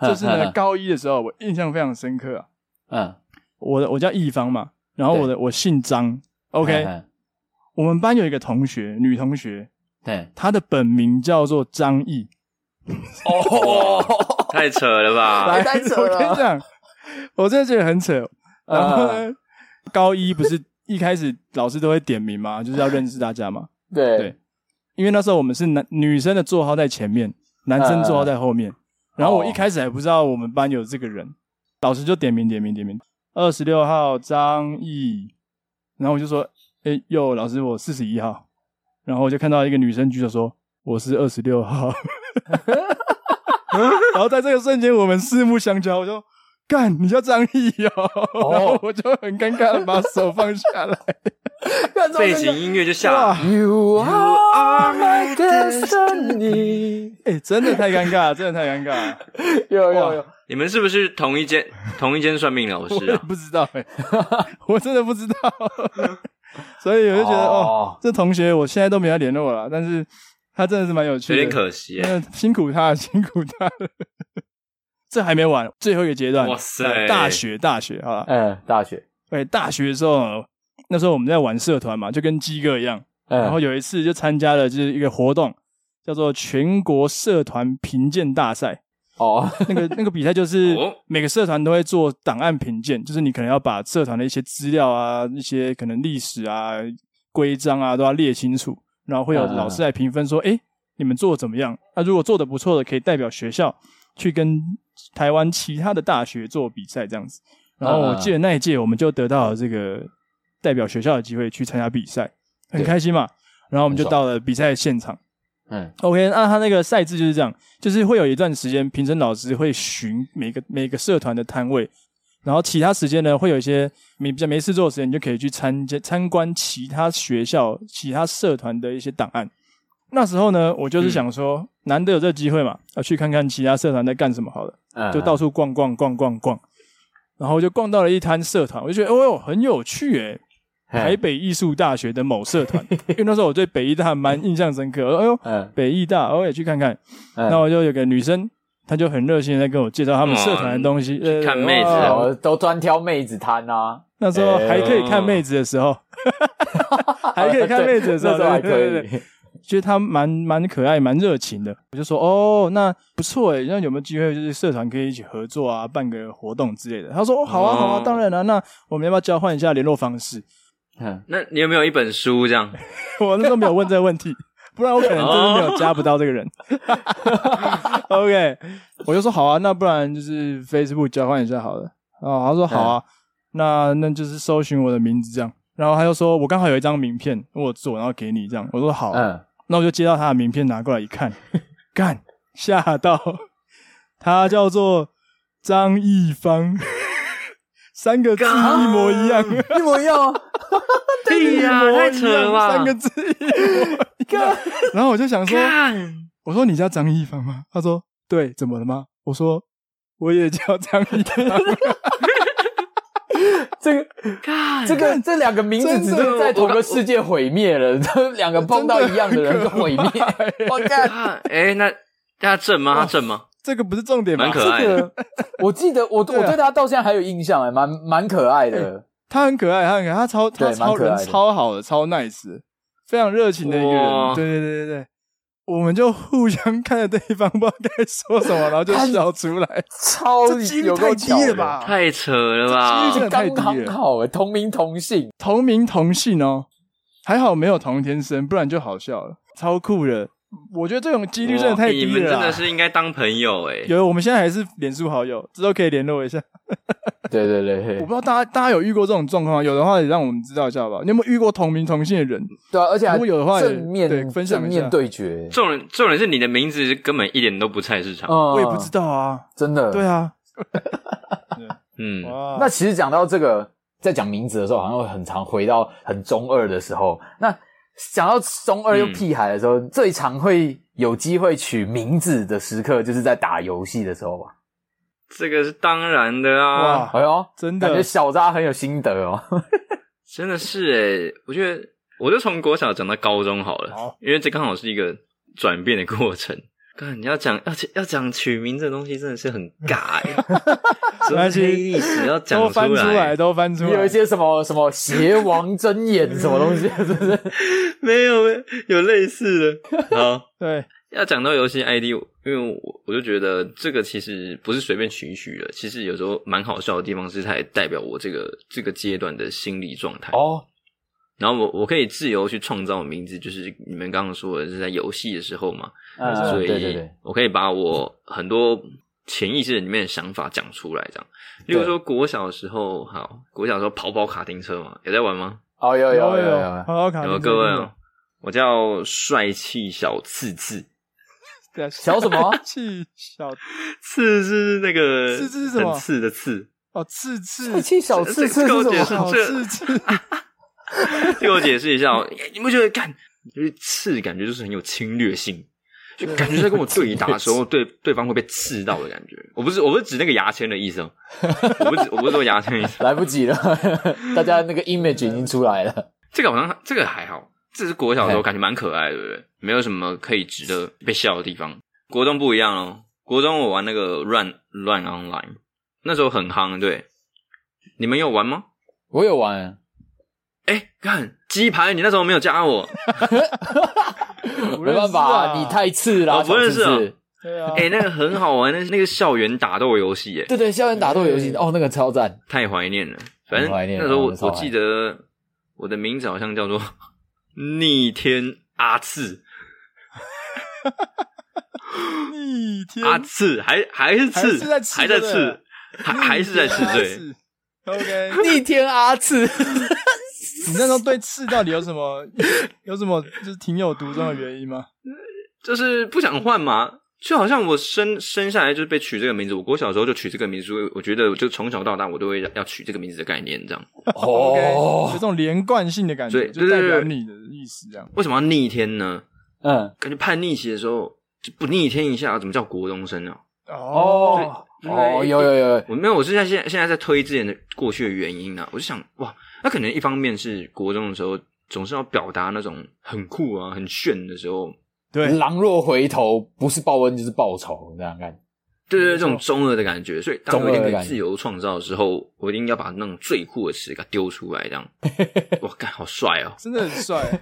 就是呢，
嗯
高一的时候我印象非常深刻啊。
嗯
我的我叫易芳嘛，然后我的我姓张，OK，
嗯
我们班有一个同学，女同学，
嗯
她的本名叫做张毅。
哦，
太扯了吧！
来，
哎太扯
哎我
了啊
跟你讲，我真的觉得很扯。然后
呃
呢，高一不是一开始老师都会点名嘛，就是要认识大家嘛。
对
对，因为那时候我们是男女生的座号在前面，男生座号在后面。然后我一开始还不知道我们班有这个人，老师就点名点名点名，二十六号张毅。然后我就说：“哎哟，老师，我四十一号。”然后我就看到一个女生举手说：“我是二十六号。” 然后在这个瞬间，我们四目相交，我就干，你叫张毅哦， 然后我就很尴尬的把手放下来。
看这种
背景音乐就下，
You are my destiny。
哎、真的太尴尬了，真的太尴尬了。
有有有，
你们是不是同一间同一间算命 老
我
师
也
啊？
不知道哎、我真的不知道， 所以我就觉得哦这同学我现在都没有联络了，但是他真的是蛮有趣
有
的，
点可惜欸。
那辛苦他了， 辛苦他了。这还没完，最后一个阶段，
哇塞
呃大学大学好了，
嗯，大学，
哎、大学的时候，那时候我们在玩社团嘛，就跟鸡哥一样，
嗯，
然后有一次就参加了就是一个活动，叫做全国社团评鉴大赛。
哦，
那个那个比赛就是
哦
每个社团都会做档案评鉴，就是你可能要把社团的一些资料啊、一些可能历史啊、规章啊都要列清楚，然后会有
嗯嗯嗯
老师来评分说，诶，你们做的怎么样？那、如果做的不错的，可以代表学校去跟台湾其他的大学做比赛这样子。然后
嗯
我记得那一届我们就得到了这个代表学校的机会去参加比赛，很
对
开心嘛。然后我们就
很爽
到了比赛现场。
嗯
OK，那他那个赛制就是这样，就是会有一段时间，评审老师会巡每个每个社团的摊位，然后其他时间呢，会有一些没比较没事做的时间，你就可以去参加参观其他学校、其他社团的一些档案。那时候呢，我就是想说，难得有这个机会嘛，要去看看其他社团在干什么好了，
嗯，
就到处逛逛逛逛逛，然后就逛到了一摊社团，我就觉得，哦哟，很有趣诶、
嗯
台，北艺术大学的某社团，因为那时候我对北艺大蛮印象深刻，哎呦，
嗯，
北艺大，我也去看看。
嗯
那我就有个女生，她就很热心的在跟我介绍他们社团的东
嗯
西，呃
看妹子啊
哇
哦都专挑妹子摊啊，
那时候还可以看妹子的时候， 还可以看妹子的时候，
那时候还可
对对对
以，
觉得她蛮蛮可爱、蛮热情的。我就说哦，那不错诶，那有没有机会就是社团可以一起合作啊，办个活动之类的？她说哦，好啊，好啊
哦，
当然了、那我们要不要交换一下联络方式？
嗯，
那你有没有一本书这样？
我那时候没有问这个问题，不然我可能真的没有加不到这个人。OK，我就说好啊，那不然就是 Facebook 交换一下好了。哦，他说好啊，那那就是搜寻我的名字这样。然后他就说我刚好有一张名片，我有做，然后给你这样。我说好啊、
嗯，
那我就接到他的名片拿过来一看，干吓到，他叫做张一芳， 三个字一模一样，
一模一样啊！
对呀、
一模
太
一
扯了
样
吧！
三个字一模一样。 然后我就想说，
干，
我说你叫张一凡吗？他说对，怎么了吗？我说我也叫张一凡，
这个、
干，
这个、这两个名字
真
只
的
是在同
我
个世界毁灭了，这两个碰到一样的人就毁灭。 我干，
干，哎、那那他正吗？他正吗？
这个不是重点吧
蛮？可爱
这
的，
个我记得我我
对啊哎
对他到现在还有印象，哎，蛮蛮可爱的。
他很可爱，他很可爱，他超他
对
超
蛮可
人
爱的
超好的，超 nice，的非常热情的一个人。
哇
对对对对对，我们就互相看着对方，不知道该说什么，然后就笑出来。
超
这几率
有
太
够
低
巧
了
的？
吧？
太扯了吧！
这太
刚
低
刚
了
好哎，同名同姓，
同名同姓哦，还好没有同天生，不然就好笑了，超酷的。我觉得这种几率真的
哇
太
你
低
们
了
真
啦。
的是应该当朋友哎、
有，我们现在还是脸书好友，之后可以联络一下。
对对对
我不知
对，
道大家大家有遇过这种状况吗，有的话也让我们知道一下吧。你有没有遇过同名同姓的人？
对啊，而且还
如果有的话也
正
对
面
分享
正
一下
面对决，
重点重点是你的名字根本一点都不菜市场。
嗯
我也不知，道啊。
真的。
对啊，
嗯，
哇，
那其实讲到这个，在讲名字的时候，好像会很常回到很中二的时候。那讲到中二又屁孩的时候，最常会有机会取名字的时刻，就是在打游戏的时候吧。
这个是当然的啊，
哇
哎呦，
真
感觉
的
小扎很有心得 哦。
真的是哎、我觉得我就从国小讲到高中好了，
好
因为这刚好是一个转变的过程。看你要讲要讲要讲取名这东西真的是很尬 哎、
没
欸，
关
是
系
黑历史要讲
都翻出来，
来，
都翻出来。
有一些什么什么邪王睁眼什么东 西，是不是？
没有没有有类似的。好，
对，
要讲到游戏 ID，因为我我就觉得这个其实不是随便取一取的，其实有时候蛮好笑的地方是它也代表我这个这个阶段的心理状态。
哦，
然后我我可以自由去创造名字，就是你们刚刚说的是在游戏的时候嘛，
嗯，
所
对
以
对对，
我可以把我很多潜意识里面的想法讲出来，这样。例如说国小的时候，好，国小的时候跑跑卡丁车嘛，有在玩吗？
哦有有有有啊有，
好好卡
有
丁
没有
车
各位
真的
哦，我叫帅气小刺刺，
对啊
小什么
气小
刺是那个
刺刺是什么
很刺的 刺，
哦，刺刺
帅气小刺刺
这
是
这这
什
这
么？
好
这
刺刺，
给我解释一下 哦，你不觉得干就是刺，感觉就是很有侵略性，就感觉在跟我对打的时候， 对对方会被刺到的感觉。我不是我不是指那个牙签的意思哦，我不是我不是说牙签的意思，
来不及了， 大家那个 image 已经出来了。
这个好像这个还好，这是国小的时候感觉蛮可爱的，对不对？没有什么可以值得被笑的地方。国中不一样哦，国中我玩那个乱乱 online，那时候很夯，对。你们有玩吗？
我有玩，
哎，看鸡排，你那时候没有加我，
没
没办法、你太次
哦
啦，
我不认识啊
小刺刺
对啊，
哎、那个很好玩，那那个校园打斗游戏，哎，
对对，校园打斗游戏，
嗯
哦，那个超赞，
太怀念了。反正
很怀念
那时候
哦
我
嗯超
我
怀
记
念
得我的名字好像叫做逆天阿次，
逆天
阿次还还是
还
次，
是在刺
还在
就对了
刺，还 还是在刺，对。
对。OK，
逆天阿 次，
你那时候对刺到底有什么 有什么就是情有独钟的原因吗？
就是不想换嘛。就好像我生生下来就是被取这个名字，我我小时候就取这个名字，所以我觉得就从小到大我都会要取这个名字的概念，这样。
OK，有这
哦，
种连贯性的感觉，
对
就代表
对对对
你的意思这样。
为什么要逆天呢？
嗯，
感觉叛逆期的时候就不逆天一下，怎么叫国中生啊？
哦，
哦，哦，有有有，
我没有，我是在现在现在在推之前的过去的原因啊。我就想，哇，那可能一方面是国中的时候总是要表达那种很酷啊、很炫的时候，
对，
狼若回头，不是报恩就是报仇，这样看，
对对
没
对，这
错
种中二的感觉。所以当
中
我一
二的
天可以
感觉
自由创造的时候，我一定要把那种最酷的词给它丢出来，这 样，哇，干好帅哦！
真的很帅。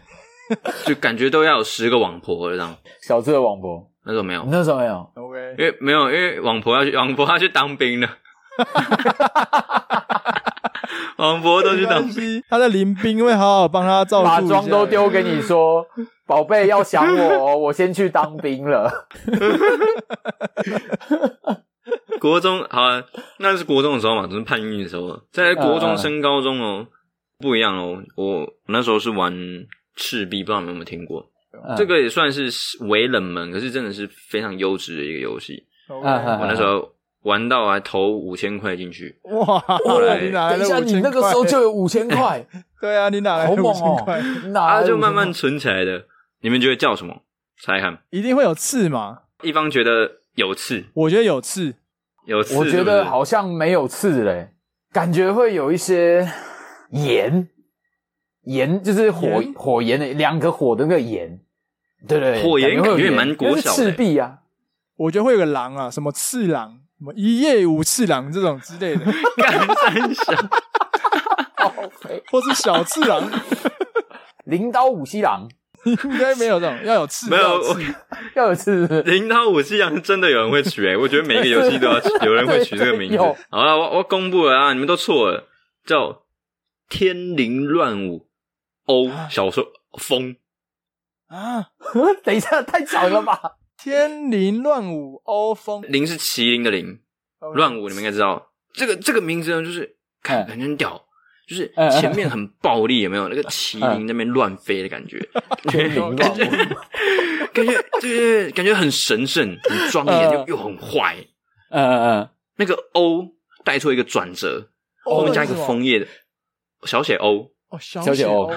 就感觉都要有十个网婆了这样。
小智的网婆，
那时候没有
你，那时候没有，
OK，
因为没有，因为网婆要去网婆要去当兵 了， 网婆都去
没
当
关系，他的林兵会好好帮他照顾
把
一下
妆都丢给你说，宝贝要想 我哦，我先去当兵了，
国中好、啊，那是国中的时候嘛，就是叛逆的时候了。在国中升高中哦，不一样哦。我那时候是玩赤壁，不知道你们有没有听过？
嗯
这个也算是微冷门，可是真的是非常优质的一个游戏。
OK，
啊啊
我
啊
那时候玩到还投五千块进去，
哇，你哪来
嗯等一
的
下，
五
你
千
那个时候
块
就有五千块，
对啊，你哪来
好
的
猛
五千
哦
块？！
哪
啊，
来
就慢
5000
慢
块
存起来的。你们觉得叫什么？猜看，
一定会有刺嘛？
一方觉得有刺，
我觉得有刺，
有刺，
我觉
是不
得
是
好像没有刺嘞，感觉会有一些盐，盐就是火
盐
火炎的两个火的那个炎，对对对，
火炎
感觉会
感觉
有
也蛮
盐
国
因为是
小的
赤壁啊，
我觉得会有个狼啊，什么次郎，什么一夜无次郎这种之类的，
干三小，
或是小次郎，
零刀五西郎
应该没有这种，要有刺，
没
要
有
有
我
刺。
要有刺是不是
零到五西洋是真的有人会取诶、欸我觉得每个游戏都要取有人会取这个名
对
字。
有
好了，我我公布了啊，你们都错了，叫天凌乱舞欧
啊
小说风，
啊！
等一下，太巧了 吧？
天灵乱舞，欧风
凌是麒麟的麟，乱舞你们应该知道。这个这个名字呢，就是看
嗯
感觉很屌，就是
嗯嗯
前面很暴力，有没有那个麒麟那边乱飞的感 觉？
天灵乱舞，
感觉对对对，感觉很神圣、很庄严，又
嗯
又很坏。呃
嗯嗯
那个欧带出一个转折，
哦
欧
后面加一个
是吗
枫叶的小写欧，
哦，小
小
姐
姐
欧
欧，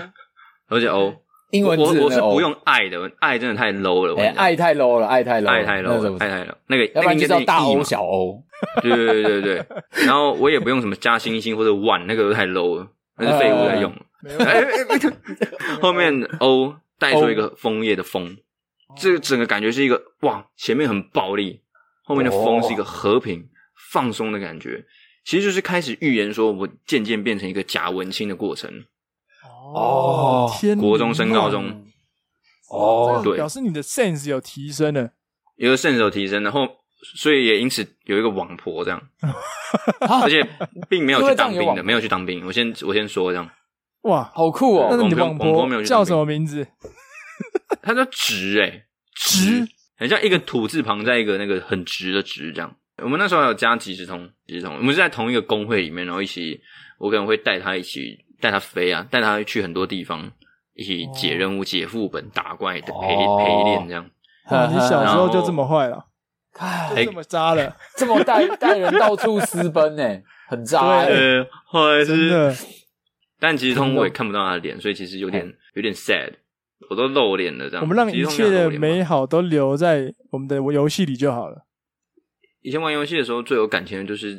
而且哦，
英文
我
字
我是
那个
不
哦
用爱的，爱真的太 low 了，我
嗯，哎
跟，你讲
爱太 low 了，爱太 low，了
爱太
那
low，
怎
了
么
爱太 low，那个
要不
那个
然
应
就
该
叫
是
大
一
欧
嘛，
小欧，
对对对对对，然后我也不用什么加星星或者碗，那个都太 low 了，那是废物在用。
哦
没有
哎哎哎 后面 O 带出一个枫叶的枫，这个整个感觉是一个哇，前面很暴力，后面的风是一个
哦
和平放松的感觉，其实就是开始预言说我渐渐变成一个假文青的过程。
哦
哦，
天
国中升高
灵乱舞
中。
嗯哦，
这
对
个表示你的 sense 有提升了。
有个 sense 有提升，然后所以也因此有一个网婆这样，而且并没有去当
啊因为这样有
兵
网
的，
婆
没有去当兵。我先我先说这样，
哇，
好酷
那
哦！
你
网
网
网婆没有
婆
去
叫
当
什么名 字？
他叫直哎、欸，直，很像一个土字旁在一个那个很直的直这样。我们那时候还有加即时通，即时通，我们是在同一个工会里面，然后一起，我可能会带他一起带他飞啊，带他去很多地方，一起解任务、解副本、打怪、陪
哦
陪练这样。
哇，你小时候就这么坏了，
看
哎
就这么渣了，
这么带带人到处私奔呢， 很渣欸。
呃，后来
哎真
是
的。
但其实通我也看不到他的脸，所以其实有点有点 sad，我都露脸了这样。
我们让
其
一
实通
切的
常都有露脸嘛
美好都留在我们的游戏里就好了。
以前玩游戏的时候最有感情的就是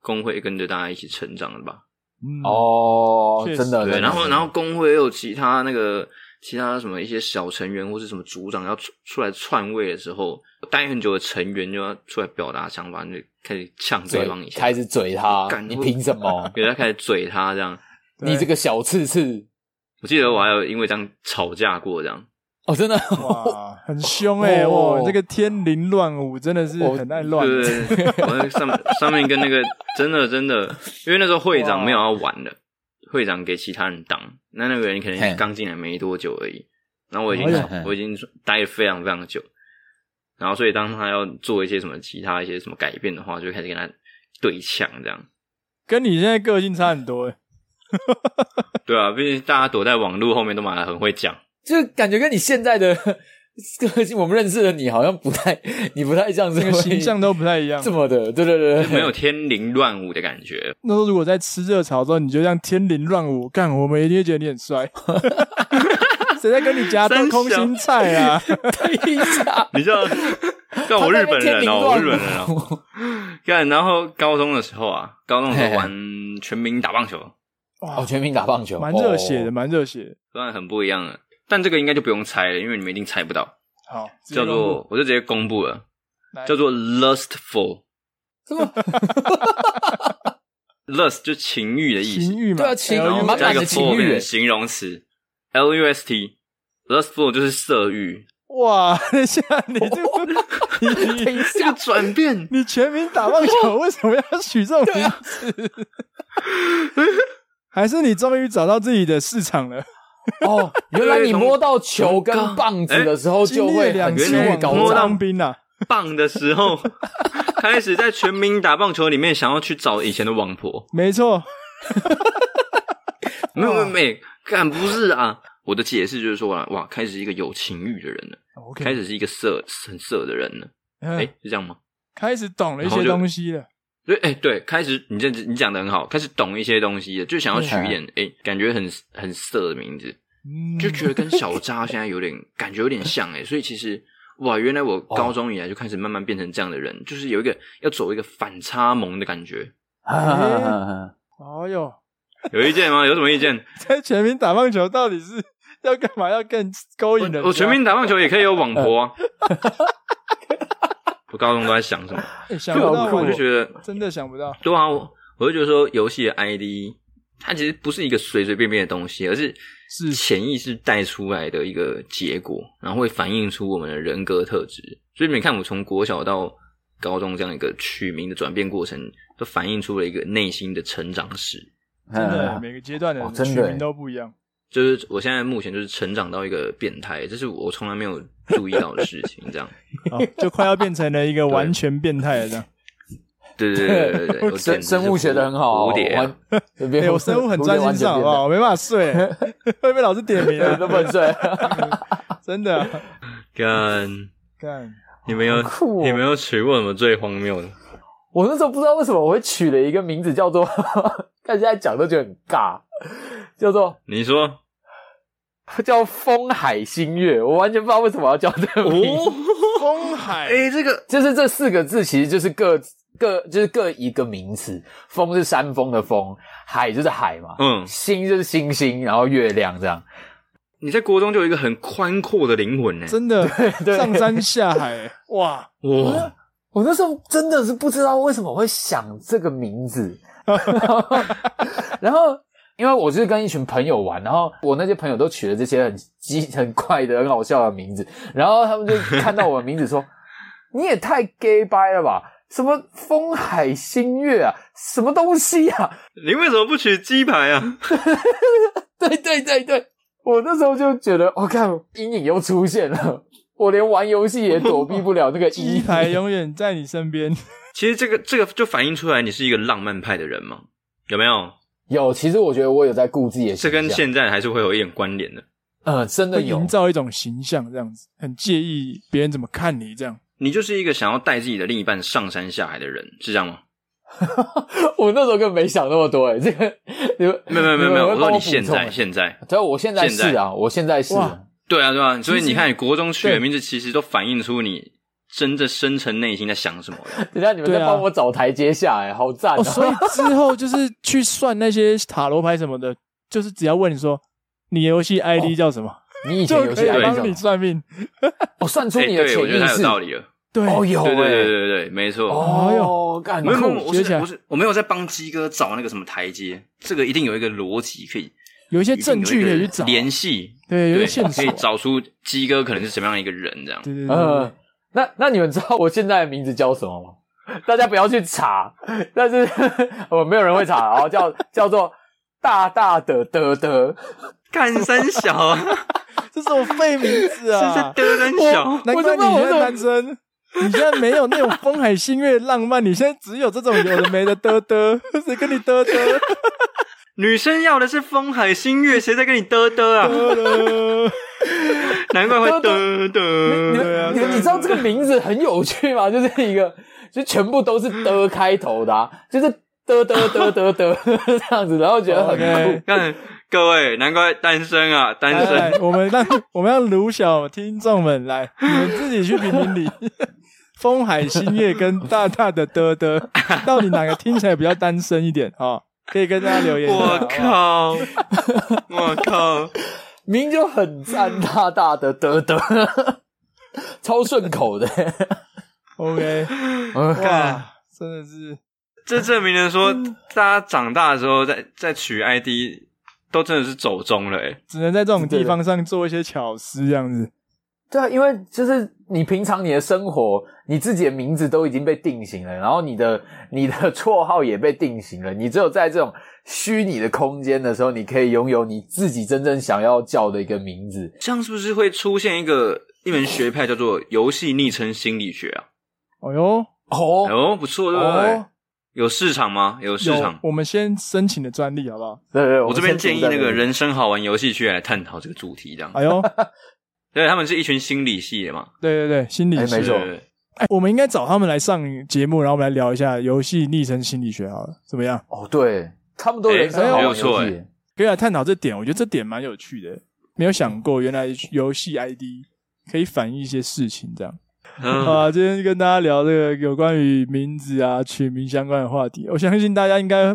工会跟着大家一起成长的吧？
嗯，
哦，
确实
真的。
对，
真的
然后然后工会也有其他那个其他什么一些小成员或是什么组长要出出来篡位的时候，待很久的成员就要出来表达想法，就开始呛对方一
嘴
下，
开始哦嘴他
干，
你凭什 么？
给他开始嘴他这样。
对
你这个小刺刺
我记得我还有因为这样吵架过这样。
哦，真的，
哇，很凶哎！
哦
哇，这个天灵乱舞真的是
哦
很爱乱。
对，我在上上面跟那个真的真的，因为那时候会长没有要玩的，会长给其他人当，那那个人可
嘿
能刚进来没多久而已，然后我已经、
哎
呀
我已经待了非常非常久，然后所以当他要做一些什么其他一些什么改变的话，就开始跟他对呛这样。
跟你现在个性差很多欸。
对啊，毕竟大家躲在网络后面都嘛很会讲，
就感觉跟你现在的 个性，我们认识的你好像不太，你不太像这
这个形象都不太一样
这。么的，对对对，
就 没有天凌乱舞的感觉。
那时候如果在吃热炒的时候，你就这样天灵乱舞，干我们一定会觉得你很 帅。谁在跟你夹都空心菜啊？
等一下，
你知道，像我日本人
啊
哦、我日本人哦、干，然后高中的时候啊，高中的时候玩全民打棒球，
哇
哦，，全 民打棒球，
蛮热血的，
哦。
蛮热血的。
当然很不一样了。但这个应该就不用猜了，因为你们一定猜不到。
好，直接
叫
公布
做，我就直接公布了
来，
叫做 lustful。
什么？
lust 就情欲的意
情
思，
欲嘛，
对啊情欲
然
LU
后
满
加
满
一个
的情
for
欲
变成
耶
形容词，l u s t。lustful 就是色欲，
哇，等一下你这个你
等一
这
下
个，转变
你全民打棒球为什么要取这种名字？ 还是你终于找到自己的市场了？
哦，原来你摸到球跟棒子的时候
经
就
历了
会
哎两
很
次
情欲
网
高
络
摸到
涨
当兵啊，
棒的时 候，开始在全民打棒球里面想要去找以前的网婆，
没错，
没
哦
有没有没有，干不是啊！我的解释就是说啊，哇，开始一个有情欲的人了，
OK，
开始是一个色很色的人了，
嗯
哎、是这样吗？
开始懂了一
然
些
后就
东西了。
对，哎、对，开始你这你讲的很好，开始懂一些东西了，就想要取一点，哎、感觉很很色的名字，
嗯，
就觉得跟小渣现在有点感觉有点像哎、所以其实哇，原来我高中以来就开始慢慢变成这样的人，就是有一个要走一个反差萌的感觉。
哎哎呦，
有意见吗？有什么意见？
在全民打棒球到底是 要干嘛？要更勾引人家？
我全民打棒球也可以有网婆啊。我高中都在想什么？
哎想不到
好酷
完
我就
全，
觉得
真的想不到。
对啊，我我就觉得说，游戏的 ID 它其实不是一个随随便便的东西，而是
是
潜意识带出来的一个结果，然后会反映出我们的人格特质。所以你看，我从国小到高中这样一个取名的转变过程，都反映出了一个内心的成长史。
真的，
嗯
每个阶段的
哦真的
取名都不一样。
就是我现在目前就是成长到一个变态，这是我从来没有注意到的事情。这样，
哦，就快要变成了一个完全变态 了这样。
对对对对 对对，我
生
简直是
生物学的很好哦，
蝴蝶啊、
完， 这边
哎，我生物很专心上，好不好？我没办法 睡，会被老师点名
对，
啊！
都不能睡。
真的 啊，
跟
看
你们有、
好酷哦
你们有取过什么最荒谬的？
我那时候不知道为什么我会取了一个名字叫做，但现在讲都觉得很尬，叫做
你说
叫风海星月，我完全不知道为什么要叫这个名
哦
字。
风海
哎、这个
就是这四个字其实就是各各就是各一个名词，风是山峰的风，海就是海嘛，
嗯
星就是星星，然后月亮这样。
你在国中就有一个很宽阔的灵魂呢、
真的
对
上山下 海，哇！
哇，
我那时候真的是不知道为什么会想这个名 字，然后因为我是跟一群朋友玩，然后我那些朋友都取了这些很激、很快的、很好笑的名字，然后他们就看到我的名字说：“你也太 gay 掰了吧！什么风海星月啊，什么东西啊？”
你为什么不取鸡排啊？
对对对对，我那时候就觉得，我、看阴影又出现了，我连玩游戏也躲避不了那个阴
鸡
影。
排永远在你身边，
其实这个这个就反映出来你是一个浪漫派的人嘛，有没有？
有，其实我觉得我有在顾自己的
这
形象，
跟现在还是会有一点关联的。
呃真的
会
有
营，造一种形象，这样子很介意别人怎么看你，这样
你就是一个想要带自己的另一半上山下海的人，是这样吗？
我那时候根本没想那么多，哎，这个你们
没有没有没有没
们
有，我
会
说
帮
你
我
现
补充
在
哎
现在，
对，我现在
现在
是啊，我现在是
哇
对啊对啊，所以你看，国中取的
对
名字其实都反映出你真的深层内心在想什么的。
等一下你们在
对啊
帮我找台阶下，哎，好赞、
哦。所以之后就是去算那些塔罗牌什么的，就是只要问你说你游戏 ID 叫什么，
哦你以前
就
游
可
戏
以
还
对
没
帮
什
你 哦
么？
算命。
我算出
哎、
你的
对，
潜
我觉得
意
太有
识。
道理了。
对，
哦，有
对对对
哎，
对对对，没错。
哎
哦，干
没有没有，
酷，
我
学起
是
来
我是我没有在帮鸡哥找那个什么台阶，这个一定有一个逻辑可以，
有一些
一定有
证
一
据可以
个
去找，
联系，
对，有一些线
对，可
索
以，找出鸡哥可能是什么样的一个人这样。
对对对对
嗯，那那你们知道我现在的名字叫什么吗？大家不要去查， 但是我没有人会查，然后叫叫做大大的的的，
干三小 啊，
这是我废名字
这是
啊！
得三小，
难怪
我都不知道
你
我
现在
怎么
单身，你现在没有那种风海星月浪漫，你现在只有这种有的没的嘚嘚， 谁跟你嘚嘚
女生要的是风海星月，谁在跟你嘚嘚 啊？
嘚了？
难怪会
嘚
嘚
你
嘚。
对啊
们你
对啊
们你知道这个名字很有趣吗？ 就是一个就全部都是的开头的、啊，就是的的的的的这样子，然后觉得很酷。
OK
看各位，难怪单身啊，单
来
身。
哎来，我们让 我们让卢小听众们来，你们自己去评评理。 风海星月跟大大的嘚嘚，到底哪个听起来比较单身一点啊、哦？可以跟大家留言一下。
我
好不好！
靠，我靠，
名就很赞，大大的的的，超顺口的。
OK，
干
哇，真的是
这证明了说，大家长大的时候再再取 ID，都真的是走中了、欸。
只能在这种地方上做一些巧思，这样子。
对啊，因为就是你平常你的生活，你自己的名字都已经被定型了，然后你的你的绰号也被定型了，你只有在这种虚拟的空间的时候，你可以拥有你自己真正想要叫的一个名字。
这样是不是会出现一个一门学派叫做游戏昵称心理学啊？
哦哟，
哦，
哦，不错，对不对？
哦
有市场吗？有市
有
场。
我们先申请的专利好不好？
对对，
我这边建议那个
人。
人生好玩游戏区来探讨这个主题，这样。
哎呦，
对，他们是一群心理系的嘛。
对对对，心理
哎
学
没错
对对对
哎，我们应该找他们来上节目，然后我们来聊一下游戏逆生心理学好了，怎么样？
哦，对他们都人生
哎
好
没
有
游戏
错哎
耶，
可以来探讨这点，我觉得这
嗯
点蛮有趣的，没有想过原来游戏 ID 可以反映一些事情这样。
嗯，
啊，今天跟大家聊这个有关于名字啊、取名相关的话题。我相信大家应该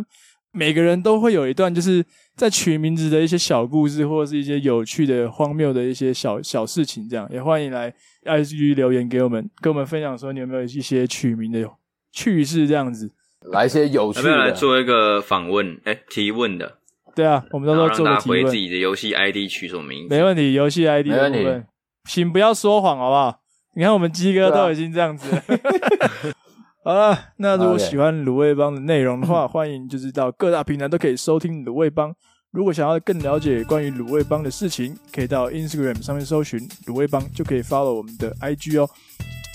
每个人都会有一段，就是在取名字的一些小故事，或者是一些有趣的、荒谬的一些小小事情。这样也欢迎来 IG 留言给我们，跟我们分享说你有没有一些取名的趣事这样子。
来一些有趣
要不要来
的。
做一个访问？哎、提问的，
对啊，我们到
然
时候
后让
做
大
个
家
提
回自
问，
己的游戏 ID 取什么名字？
没问题。游戏 ID
没
的
问
部
题
分，请不要说谎，好不好？你看我们鸡哥
对啊
都已经这样子了。好了，那如果
OK
喜欢卤味帮的内容的话，欢迎就是到各大平台都可以收听卤味帮。如果想要更了解关于卤味帮的事情，可以到 Instagram 上面搜寻卤味帮，就可以 follow 我们的 IG 哦。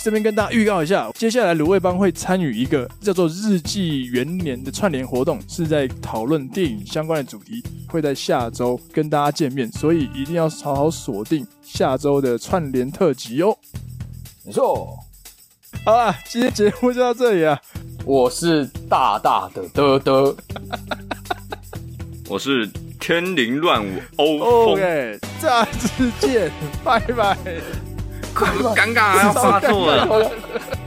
这边跟大家预告一下，接下来卤味帮会参与一个叫做“日记元年”的串联活动，是在讨论电影相关的主题，会在下周跟大家见面，所以一定要好好锁定下周的串联特辑哦。
没错，
好啦，今天节目就到这里啊。
我是大大的的的。
我是天凌乱舞欧风，
OK，下次见，拜拜。
啊尴尬还要发作了。